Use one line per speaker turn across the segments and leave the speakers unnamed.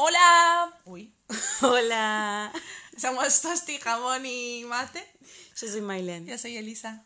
Hola. Uy.
Hola,
Somos Tosti, Jamón y Mate.
yo soy Mylen
Yo soy Elisa.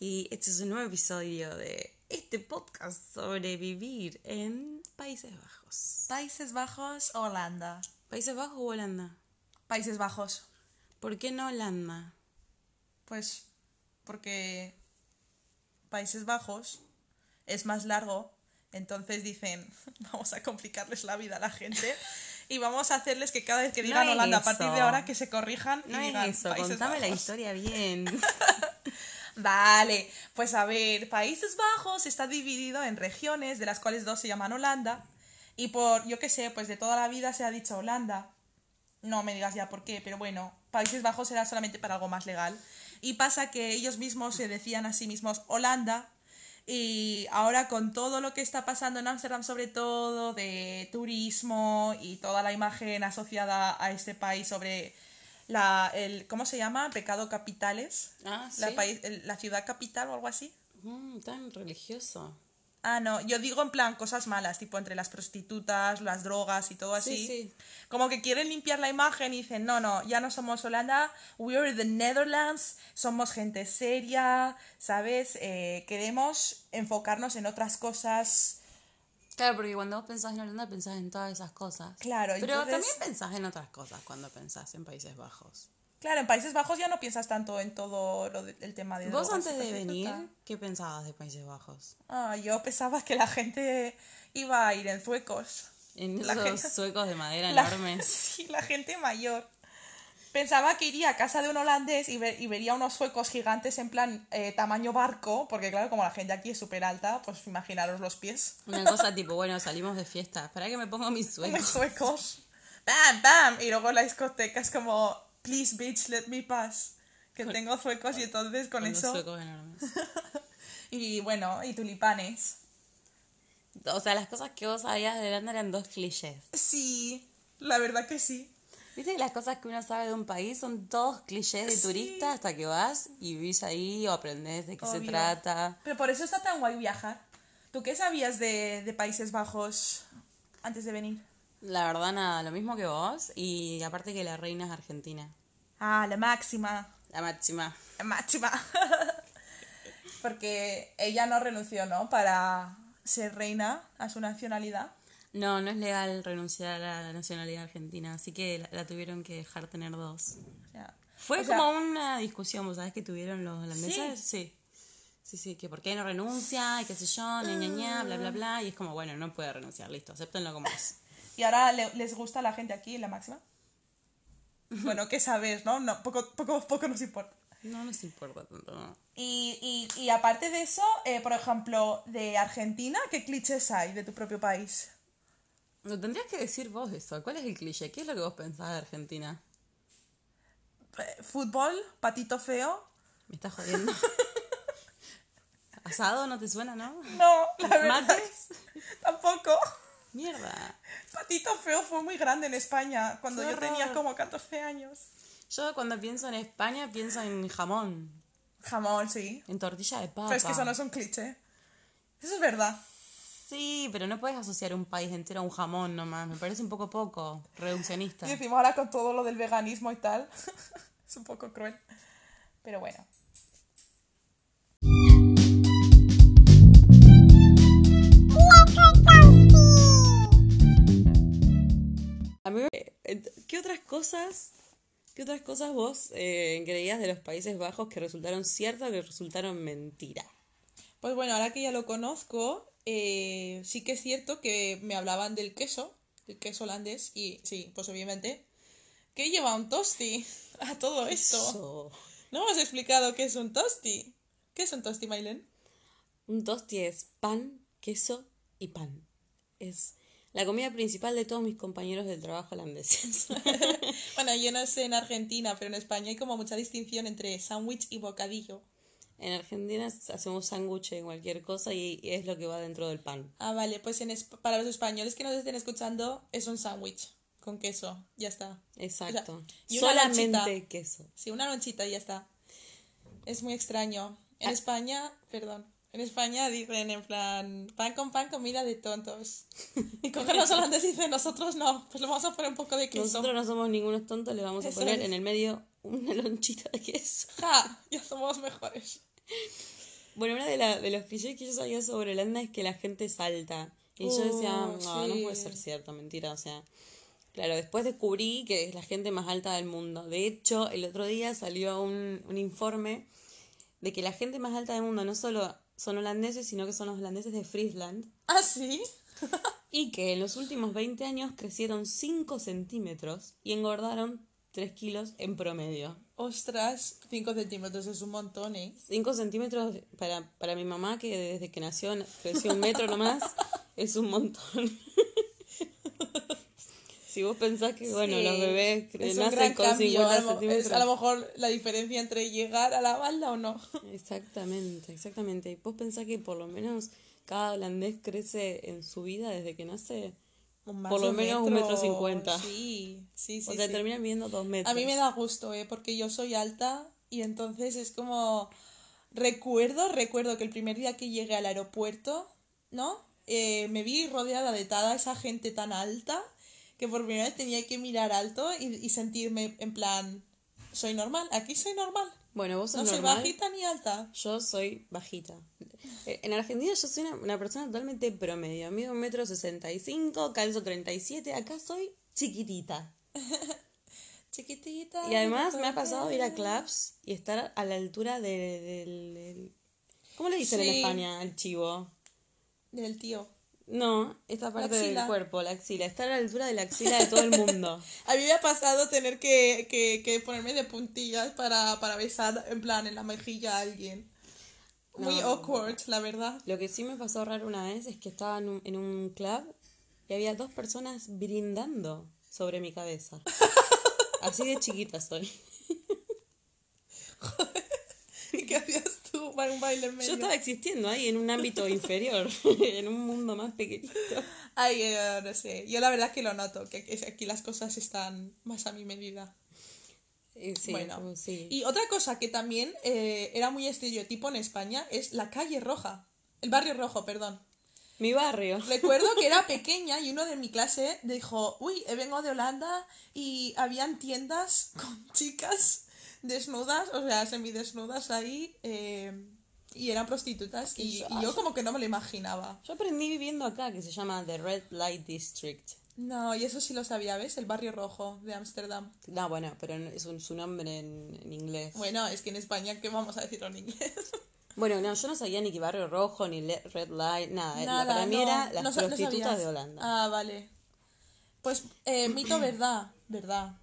y este es un nuevo episodio de este podcast sobre vivir en Países Bajos.
Países Bajos, Holanda.
¿Países Bajos o Holanda?
Países Bajos.
¿Por qué no Holanda?
Pues porque Países Bajos es más largo. Entonces dicen, vamos a complicarles la vida a la gente y vamos a hacerles que cada vez que
No
digan
es
Holanda, a partir de
eso.
ahora que se corrijan. y
No es
digan
eso,
Países
contame la
Bajos.
historia bien.
Vale, pues a ver, Países Bajos está dividido en regiones, de las cuales dos se llaman Holanda, y por, yo qué sé, pues de toda la vida se ha dicho Holanda. No me digas ya por qué, pero bueno, Países Bajos era solamente para algo más legal. Y pasa que ellos mismos se decían a sí mismos Holanda, y ahora con todo lo que está pasando en Ámsterdam, sobre todo de turismo y toda la imagen asociada a este país sobre la, el, ¿cómo se llama? Pecado capitales.
Ah,
La, país- el- la ciudad capital o algo así.
Mm, tan religioso.
Ah, no, yo digo en plan cosas malas, tipo entre las prostitutas, las drogas y todo así.
Sí, sí.
Como que quieren limpiar la imagen y dicen, no, no, ya no somos Holanda, we're the Netherlands, somos gente seria, ¿sabes? Eh, queremos enfocarnos en otras cosas.
Claro, porque cuando vos pensás en Holanda pensás en todas esas cosas.
Claro,
Pero
entonces-
también pensás en otras cosas cuando pensás en Países Bajos.
Claro, en Países Bajos ya no piensas tanto en todo lo de- el tema de
Vos
drogas y
antes de venir,
prostituta.
¿qué pensabas de Países Bajos?
Ah, yo pensaba que la gente iba a ir en zuecos.
En
La
esos
gente-
suecos de madera
La-
enormes.
sí, la gente mayor. Pensaba que iría a casa de un holandés y, ver- y vería unos suecos gigantes en plan eh, tamaño barco, porque claro, como la gente aquí es súper alta, pues imaginaros los pies.
Una cosa tipo, bueno, salimos de fiesta, espera que me pongo mis
Muy
suecos.
suecos. ¡Bam, bam! Y luego en la discoteca es como, please bitch, let me pass. Que tengo suecos y entonces con,
Con los
eso...
suecos enormes.
Y bueno, y tulipanes.
O sea, las cosas que vos sabías de Holanda eran dos clichés.
Sí, la verdad que sí.
Viste que las cosas que uno sabe de un país son todos clichés de
Sí.
turista hasta que vas y vivís ahí o aprendés de qué se
Obvio.
trata.
Pero por eso está tan guay viajar. ¿Tú qué sabías de, de Países Bajos antes de venir?
La verdad, nada, lo mismo que vos. Y aparte que la reina es argentina.
Ah, la máxima.
La máxima.
La máxima. Porque ella no renunció, ¿no? Para ser reina a su nacionalidad.
No, no es legal renunciar a la nacionalidad argentina, así que la, la tuvieron que dejar tener dos.
O sea,
Fue
o sea,
como una discusión, ¿vos sabés que tuvieron los holandeses? Sí. Sí, sí, que por qué no renuncia, y qué sé yo, ña, ña, ña, bla, bla, bla. Y es como, bueno, no puede renunciar, listo, acéptenlo como es.
Y ahora le- les gusta la gente aquí, la máxima. Bueno, qué sabes, ¿no? no poco, poco, poco nos importa.
No nos importa tanto, ¿no?
Y, y, y aparte de eso, eh, por ejemplo, de Argentina, ¿qué clichés hay de tu propio país?
Lo tendrías que decir vos eso. ¿Cuál es el cliché? ¿Qué es lo que vos pensás de Argentina?
Eh, Fútbol, patito feo.
Me estás jodiendo. ¿Asado no te suena, no?
No, la verdad.
¿Mates?
Tampoco.
Mierda.
Patito feo fue muy grande en España cuando
Qué
yo tenía
horror.
como 14 años.
Yo cuando pienso en España pienso en jamón,
Jamón, sí.
en tortilla de papa.
Pero es que eso no es un cliché. Eso es verdad.
Sí, pero no puedes asociar un país entero a un jamón nomás. Me parece un poco poco reduccionista.
Y encima ahora con todo lo del veganismo y tal. es un poco cruel. Pero bueno.
A mí me- eh, ¿Qué otras cosas? ¿Qué otras cosas vos eh, creías de los Países Bajos que resultaron ciertas o que resultaron mentira?
Pues bueno, ahora que ya lo conozco, eh, sí que es cierto que me hablaban del queso, el queso holandés, y sí, pues obviamente, que lleva un tosti a todo esto.
Eso.
No hemos explicado qué es un tosti. ¿Qué es un tosti, Mailen?
Un tosti es pan, queso y pan. Es la comida principal de todos mis compañeros del trabajo holandeses.
Bueno, yo no sé en Argentina, pero en España hay como mucha distinción entre sándwich y bocadillo.
en Argentina hacemos sándwiches en cualquier cosa y, y es lo que va dentro del pan.
Ah, vale, pues en esp- para los españoles que nos estén escuchando, es un sándwich con queso, ya está.
Exacto.
y una
Solamente
lonchita.
queso.
Sí, una lonchita y ya está. Es muy extraño. En España, perdón, En España dicen en plan, pan con pan, comida de tontos. Y cogen los holandeses y dicen, nosotros no, pues lo vamos a poner un poco de queso.
Nosotros no somos ningunos tontos, le vamos a
Eso
poner
es.
en el medio una lonchita de queso.
Ja, ya somos mejores.
Bueno, uno de, la- de los clichés que yo sabía sobre Holanda es que la gente salta. Y yo decía,
Uh,
no, no
sí.
puede ser cierto, mentira, o sea. Claro, después descubrí que es la gente más alta del mundo. De hecho, el otro día salió un, un informe de que la gente más alta del mundo no solo son holandeses, sino que son los holandeses de Friesland.
¿Ah, sí?
Y que en los últimos 20 años crecieron 5 centímetros y engordaron 3 kilos en promedio.
Ostras, 5 centímetros es un montón, ¿eh?
5 centímetros para, para mi mamá, que desde que nació na- creció un metro nomás, es un montón. si vos pensás que, bueno,
Sí,
los bebés cre-
es un
Eh, nacen
gran
con
cambio. A lo,
50
mo- es a
centímetros.
lo mejor la diferencia entre llegar a la balda o no.
Exactamente, exactamente. Y vos pensás que por lo menos cada holandés crece en su vida desde que nace.
Más
Por lo
de
menos un metro cincuenta.
Sí, sí, sí.
o sea,
sí.
terminan viendo dos metros.
A mí me da gusto, ¿eh? Porque yo soy alta y entonces es como... Recuerdo, recuerdo que el primer día que llegué al aeropuerto, ¿no? Eh, me vi rodeada de toda esa gente tan alta que por primera vez tenía que mirar alto y, y sentirme en plan... Soy normal, aquí soy normal.
Bueno, vos
No
sos
soy
normal.
bajita ni alta.
Yo soy bajita. Eh, En Argentina yo soy una, una persona totalmente promedio. Mido un metro sesenta y cinco, calzo 37. Acá soy chiquitita.
Chiquitita.
Y además
mira
me ha
cómo
pasado ir a
eres.
clubs y estar a la altura de- del... del- ¿Cómo le dicen en
Sí.
España al chivo?
Del tío.
No, esta parte del
axila.
cuerpo, la axila. Estar a la altura de la axila de todo el mundo.
A mí me ha pasado tener que, que, que ponerme de puntillas para, para besar en plan en la mejilla a alguien. Muy
No.
awkward, la verdad.
Lo que sí me pasó raro una vez es que estaba en un, en un club y había dos personas brindando sobre mi cabeza. Así de chiquita soy.
¿Y qué hacías tú para un baile en medio?
Yo estaba existiendo ahí en un ámbito inferior, en un mundo más pequeñito.
Ay, eh, no sé. Yo la verdad que lo noto, que que aquí las cosas están más a mi medida.
Eh, Sí,
bueno,
uh, sí.
y otra cosa que también eh, era muy estereotipo en España es la calle roja. El barrio rojo, perdón.
Mi barrio.
Recuerdo que era pequeña y uno de mi clase dijo, uy, eh, vengo de Holanda y habían tiendas con chicas desnudas, o sea, semidesnudas ahí, eh, y eran prostitutas, y, y yo como que no me lo imaginaba.
Yo aprendí viviendo acá, que se llama The Red Light District.
No, y eso sí lo sabía, ¿ves? El barrio rojo de Ámsterdam.
No, bueno, pero no- es un, su nombre en, en inglés.
Bueno, es que en España, ¿qué vamos a decirlo en inglés?
Bueno, no, yo no sabía ni que Barrio Rojo, ni Le- Red Light, nada. eh,
Nada,
Para mí
no,
era las
no sa- no
prostitutas
sabías.
de Holanda.
Ah, vale. Pues, eh, mito verdad, verdad.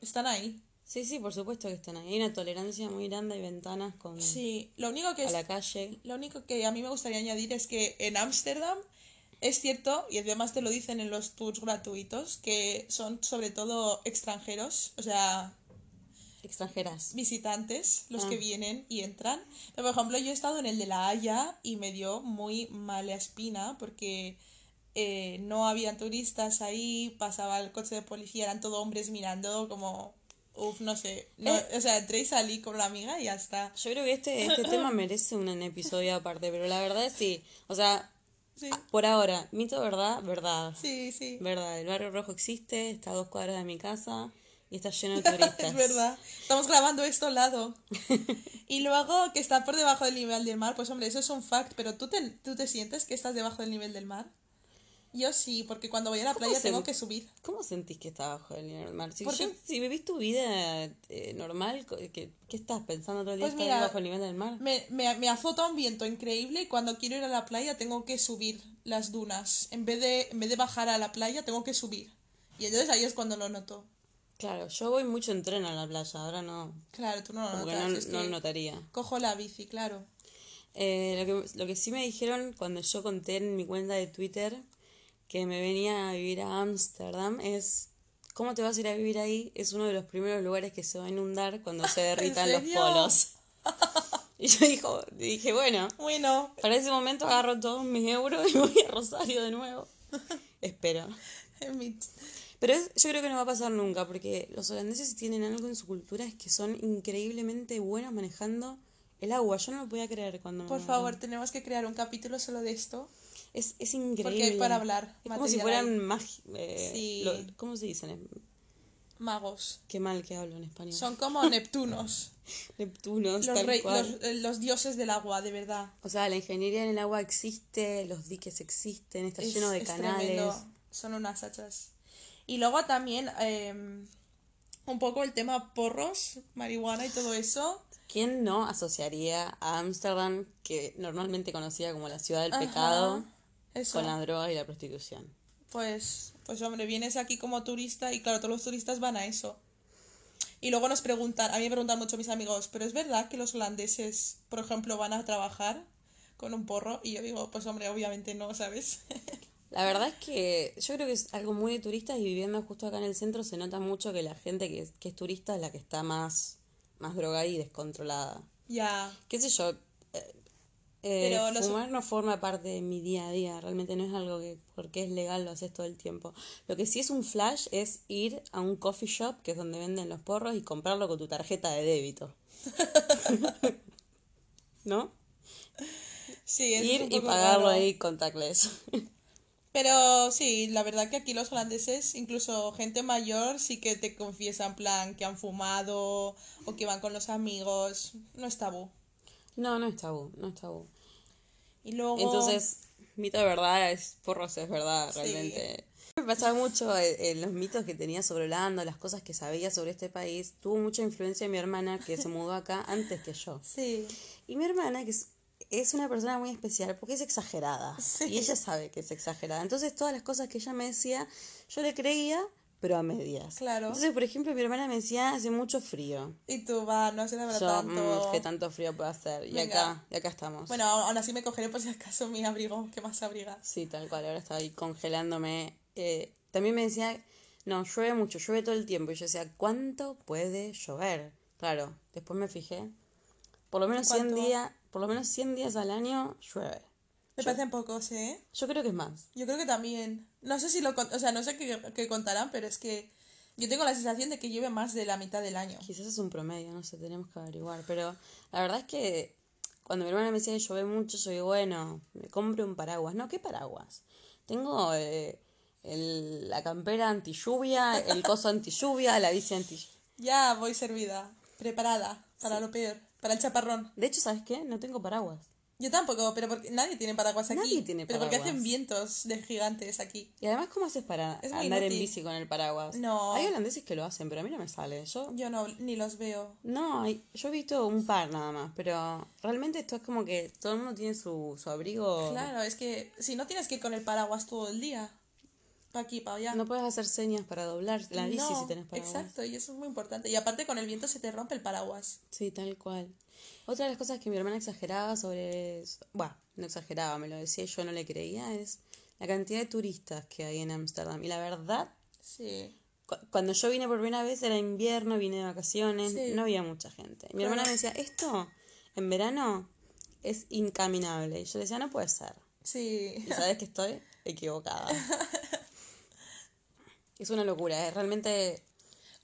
Están ahí.
Sí, sí, por supuesto que están ahí. Hay una tolerancia muy grande, hay ventanas con,
Sí, lo único que
Mm. a
es...
la calle.
Lo único que a mí me gustaría añadir es que en Ámsterdam es cierto, y además te lo dicen en los tours gratuitos, que son sobre todo extranjeros, o sea,
Extranjeras.
visitantes los
Ah.
que vienen y entran. Pero, por ejemplo, yo he estado en el de La Haya y me dio muy mala espina porque eh, no había turistas ahí, pasaba el coche de policía, eran todos hombres mirando como, uff, no sé. No,
Eh.
O sea, entré y salí con una amiga y ya está.
Yo creo que este, este tema merece un episodio aparte, pero la verdad es sí. O sea,
Sí,
a- por ahora, mito, verdad, verdad.
sí, sí.
Verdad, el barrio rojo existe, está a dos cuadras de mi casa y está lleno de turistas.
Es verdad. Estamos grabando esto al lado. Y luego que está por debajo del nivel del mar, pues hombre, eso es un fact, pero ¿tú te, tú te sientes que estás debajo del nivel del mar? Yo sí, porque cuando voy a la
¿Cómo
playa
se-
tengo que subir.
¿Cómo sentís que está bajo el nivel del mar? Si,
Porque-
yo- si vivís tu vida eh, normal, co- ¿qué, qué estás pensando todo el día?
Pues
¿Estás
mira,
bajo el nivel del mar?
Me, me, me azota un viento increíble y cuando quiero ir a la playa tengo que subir las dunas. En vez de, en vez de bajar a la playa tengo que subir. Y entonces ahí es cuando lo noto.
Claro, yo voy mucho en tren a la playa, ahora no.
Ah, Claro, tú no lo
Como que
notas.
no,
es
no
que
notaría.
cojo la bici, claro.
Eh, lo, que, lo que sí me dijeron cuando yo conté en mi cuenta de Twitter que me venía a vivir a Ámsterdam es, ¿cómo te vas a ir a vivir ahí? Es uno de los primeros lugares que se va a inundar cuando se derritan los
serio?
polos. Y yo dijo, dije, bueno,
Bueno,
para ese momento agarro todos mis euros y voy a Rosario de nuevo. Espero.
en mi-
Pero es- yo creo que no va a pasar nunca, porque los holandeses tienen algo en su cultura, es que son increíblemente buenos manejando El agua, yo no lo podía creer cuando me
Por
lo
favor,
mandaron.
tenemos que crear un capítulo solo de esto.
Es, es increíble.
para hablar,
Es como si
material
fueran más. eh,
Sí.
lo- ¿Cómo se dicen? Es-
Magos.
Qué mal que hablo en español.
Son como Neptunos. los,
Neptunos, Pues tal
rey-
cual.
los- eh, los dioses del agua, de verdad.
O sea, la ingeniería en el agua existe, los diques existen, está lleno de canales.
tremendo. Son unas hachas. Y luego también eh, un poco el tema porros, marihuana y todo eso.
¿Quién no asociaría a Ámsterdam, que normalmente conocida como la ciudad del
Ajá,
pecado,
Eso.
con la droga y la prostitución?
Pues, pues hombre, vienes aquí como turista y claro, todos los turistas van a eso. Y luego nos preguntan, a mí me preguntan mucho mis amigos, pero es verdad que los holandeses, por ejemplo, van a trabajar con un porro y yo digo, pues hombre, obviamente no, ¿sabes?
La verdad es que yo creo que es algo muy de turistas y viviendo justo acá en el centro se nota mucho que la gente que es, que es turista es la que está más, más drogada y descontrolada.
ya.
¿Qué sé yo? eh, eh,
Pero los-
fumar no forma parte de mi día a día, realmente no es algo que porque es legal lo haces todo el tiempo. Lo que sí es un flash es ir a un coffee shop, que es donde venden los porros, y comprarlo con tu tarjeta de débito. ¿No?
Sí, es
Ir
un
y
poco
pagarlo
raro.
ahí contactless.
Pero sí, la verdad que aquí los holandeses, incluso gente mayor, sí que te confiesan, plan, que han fumado o que van con los amigos. No es tabú.
No, no es tabú, no es tabú.
Y luego.
Entonces, mito de verdad es porros, es verdad,
Sí.
realmente. Me pasaba mucho eh, eh, los mitos que tenía sobre Holanda, las cosas que sabía sobre este país. Tuvo mucha influencia mi hermana que se mudó acá antes que yo.
Sí.
Y mi hermana, que es, es una persona muy especial porque es exagerada.
Sí.
Y ella sabe que es exagerada. Entonces, todas las cosas que ella me decía, yo le creía, pero a medias.
Claro.
Entonces, por ejemplo, mi hermana me decía, hace mucho frío.
Y tú, va, no se habrá
Yo,
tanto.
"Mm, ¿qué tanto frío puede hacer? Y
Venga.
acá, y acá estamos.
Bueno, aún así me cogeré por si acaso mi abrigo, que más abrigas.
Sí, tal cual, ahora estaba ahí congelándome. Eh, también me decía, no, llueve mucho, llueve todo el tiempo. Y yo decía, ¿cuánto puede llover? Claro, después me fijé. Por lo menos 100
¿Cuánto?
días, por lo menos 100 días al año llueve.
Me parecen pocos, ¿eh?
Yo creo que es más.
Yo creo que también. No sé si lo. con- O sea, no sé qué, qué contarán, pero es que. Yo tengo la sensación de que lleve más de la mitad del año.
Quizás es un promedio, no sé, tenemos que averiguar. Pero la verdad es que cuando mi hermana me decía que llueve mucho, yo digo, bueno, me compro un paraguas. No, ¿qué paraguas? Tengo eh, el- la campera anti lluvia, el coso anti lluvia, la bici anti
Ya voy servida, preparada para lo peor, para el chaparrón.
De hecho, ¿sabes qué? No tengo paraguas.
Yo tampoco, pero porque nadie tiene paraguas aquí.
Nadie tiene
Pero porque
paraguas.
hacen vientos de gigantes aquí.
Y además, ¿cómo haces para
Es muy
andar en
inútil.
bici con el paraguas?
No.
Hay holandeses que lo hacen, pero a mí no me sale. Yo,
Yo no, ni los veo.
no, hay- yo he visto un par nada más, pero realmente esto es como que todo el mundo tiene su, su abrigo.
Claro, es que si no tienes que ir con el paraguas todo el día, pa' aquí, pa' allá.
No puedes hacer señas para doblar la bici
No,
si tenés paraguas.
Exacto, y eso es muy importante. Y aparte con el viento se te rompe el paraguas.
Sí, tal cual. Otra de las cosas que mi hermana exageraba sobre. Bueno, no exageraba, me lo decía, y yo no le creía, es la cantidad de turistas que hay en Ámsterdam. Y la verdad
Sí.
Cu- Cuando yo vine por primera vez era invierno, vine de vacaciones,
Sí.
no había mucha gente. Mi
Claro.
hermana me decía, esto en verano es incaminable. Y yo le decía, no puede ser.
Sí.
Y sabes que estoy equivocada. es una locura, es realmente...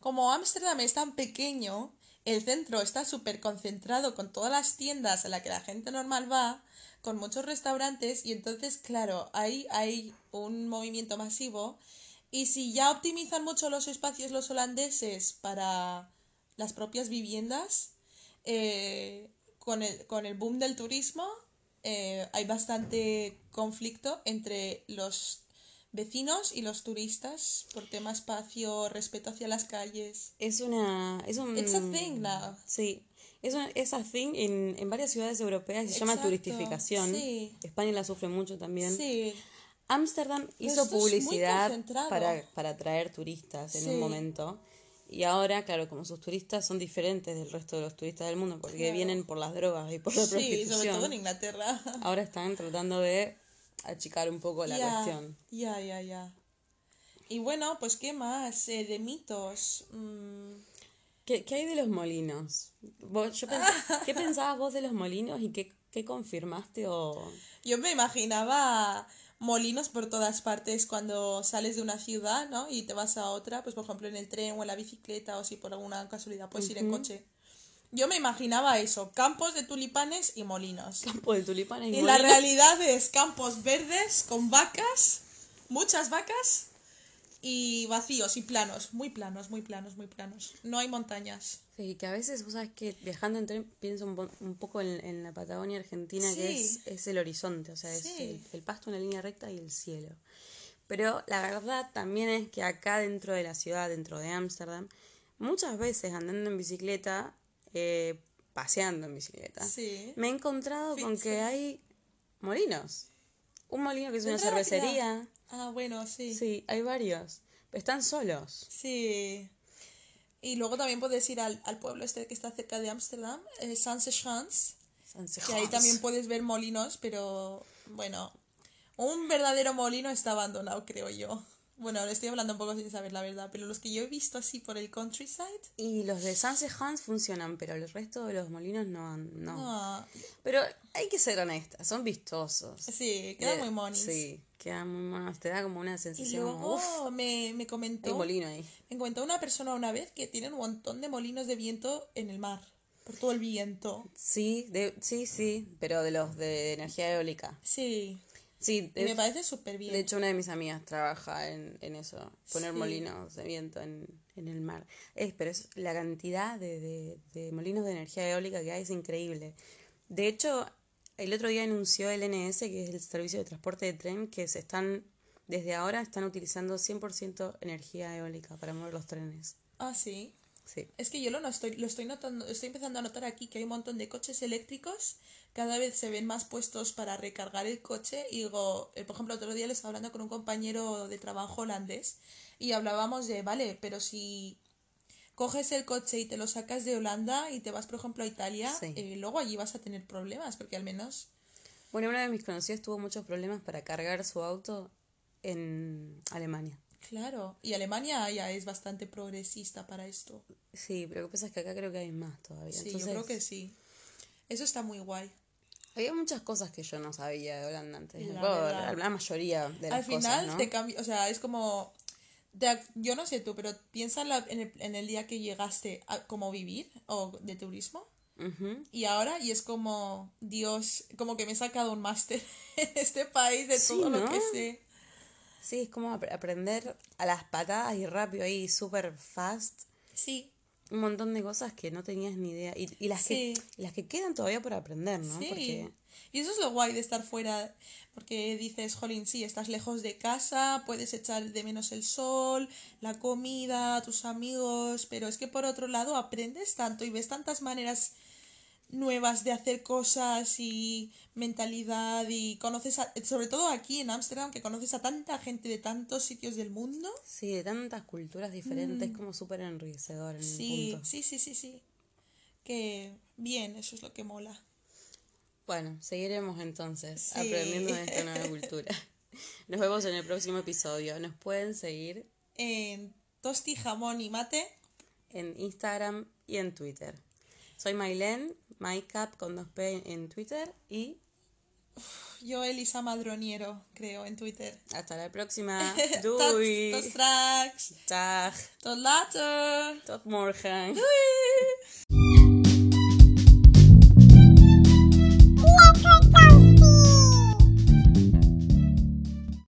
Como Ámsterdam es tan pequeño, el centro está súper concentrado con todas las tiendas a las que la gente normal va, con muchos restaurantes, y entonces, claro, ahí hay un movimiento masivo. Y si ya optimizan mucho los espacios los holandeses para las propias viviendas, eh, con, el, con el boom del turismo eh, hay bastante conflicto entre los vecinos y los turistas por tema espacio, respeto hacia las calles.
Es una... Es un,
It's a thing now.
Sí. Es, una, es a thing en, en varias ciudades europeas y se llama
Exacto,
turistificación.
sí.
España la sufre mucho también.
Sí,
Ámsterdam hizo
esto es muy
publicidad
concentrado.
para, para atraer turistas en
Sí.
un momento. Y ahora, claro, como sus turistas son diferentes del resto de los turistas del mundo, porque
Claro.
vienen por las drogas y por la
sí,
prostitución,
sobre todo en Inglaterra.
ahora están tratando de achicar un poco Ah, la
Ya,
cuestión.
Ya, ya, ya. Y bueno, pues ¿qué más? Eh, de mitos. Mm,
¿Qué, qué hay de los molinos? Vos- yo pens- ¿Qué pensabas vos de los molinos y qué, qué confirmaste o...?
Yo me imaginaba molinos por todas partes cuando sales de una ciudad, ¿no? Y te vas a otra, pues por ejemplo en el tren o en la bicicleta o si por alguna casualidad puedes ir en coche. Yo me imaginaba eso, campos de tulipanes y molinos.
Campo de tulipanes
Y
y
la
molinos.
realidad es campos verdes con vacas, muchas vacas, y vacíos y planos, muy planos, muy planos, muy planos. No hay montañas.
Sí, que a veces, vos sabes que viajando en tren pienso un, po- un poco en, en la Patagonia Argentina, que
Sí.
es, es el horizonte, o sea, es
Sí.
el, el pasto, una línea recta y el cielo. Pero la verdad también es que acá dentro de la ciudad, dentro de Ámsterdam, muchas veces andando en bicicleta, eh, paseando en bicicleta,
Sí.
me he encontrado con
Sí, sí.
que hay molinos. Un molino que es una
Dentro de la ciudad.
cervecería.
Ah, bueno, sí. Sí.
Sí, hay varios. Están solos.
Y luego también puedes ir al, al pueblo este que está cerca de Ámsterdam, eh, Sansechans, que ahí también puedes ver molinos, pero bueno, un verdadero molino está abandonado, creo yo. Bueno, le estoy hablando un poco sin saber la verdad, pero los que yo he visto así por el countryside,
Y los de Sanse Hans funcionan, pero el resto de los molinos no. han- no.
ah,
Pero hay que ser honesta, son vistosos.
sí, quedan
Eh,
muy monis.
Sí, quedan muy monos. Te da como una
Y
sensación como,
luego
uff,
me, me
hay
comentó,
molino ahí.
me comentó una persona una vez que tienen un montón de molinos de viento en el mar, por todo el viento.
Sí, de, sí, sí, pero de los de energía eólica.
Sí,
Sí,
y me
de,
parece súper bien.
de hecho una de mis amigas trabaja en, en eso, poner
Sí.
molinos de viento en, en el mar. Es, pero es la cantidad de, de- de molinos de energía eólica que hay es increíble. De hecho, el otro día anunció el NS, que es el servicio de transporte de tren, que se están, desde ahora están utilizando 100% energía eólica para mover los trenes.
Ah, sí.
Sí.
Es que yo lo, no estoy, lo estoy notando, estoy empezando a notar aquí que hay un montón de coches eléctricos, cada vez se ven más puestos para recargar el coche y digo, eh, por ejemplo, otro día le estaba hablando con un compañero de trabajo holandés y hablábamos de, vale, pero si coges el coche y te lo sacas de Holanda y te vas, por ejemplo, a Italia,
Sí.
eh, luego allí vas a tener problemas, porque al menos...
Bueno, una de mis conocidas tuvo muchos problemas para cargar su auto en Alemania.
Claro, y Alemania ya es bastante progresista para esto.
Sí, pero lo que pasa es que acá creo que hay más todavía.
Sí,
Entonces,
yo creo que sí. Eso está muy guay.
Había muchas cosas que yo no sabía de Holanda antes.
La
Bueno,
verdad.
la mayoría de las
Al final
cosas, ¿no?
te cambia, o sea, es como, te ac- yo no sé tú, pero piensa en, la- en el, en el día que llegaste a como vivir o de turismo
Ujú.
y ahora y es como, Dios, como que me he sacado un máster en este país de
Sí,
todo lo
¿no?
que sé.
Sí, es como ap- aprender a las patadas y rápido ahí, super fast.
Sí,
Un montón de cosas que no tenías ni idea. Y, y las,
Sí.
que, y las que quedan todavía por aprender, ¿no?
sí.
Porque
Y eso es lo guay de estar fuera, porque dices, jolín, sí, estás lejos de casa, puedes echar de menos el sol, la comida, tus amigos, pero es que por otro lado aprendes tanto y ves tantas maneras nuevas de hacer cosas y mentalidad y conoces, a- sobre todo aquí en Ámsterdam, que conoces a tanta gente de tantos sitios del mundo.
sí, de tantas culturas diferentes, como súper enriquecedor en un
Mm. Sí,
Mm, punto.
sí, sí, sí, sí. Que bien, eso es lo que mola.
Bueno, seguiremos entonces
Sí.
aprendiendo de esta nueva cultura. Nos vemos en el próximo episodio. Nos pueden seguir
En Eh, tosti, jamón y mate.
en Instagram y en Twitter. Soy Mailen, MyCap con 2P en Twitter y
Yo, Elisa Madroniero, creo, en Twitter.
hasta la próxima.
Tot,
Doei.
tot straks.
Dag.
Tot later.
Tot morgen.
Doei.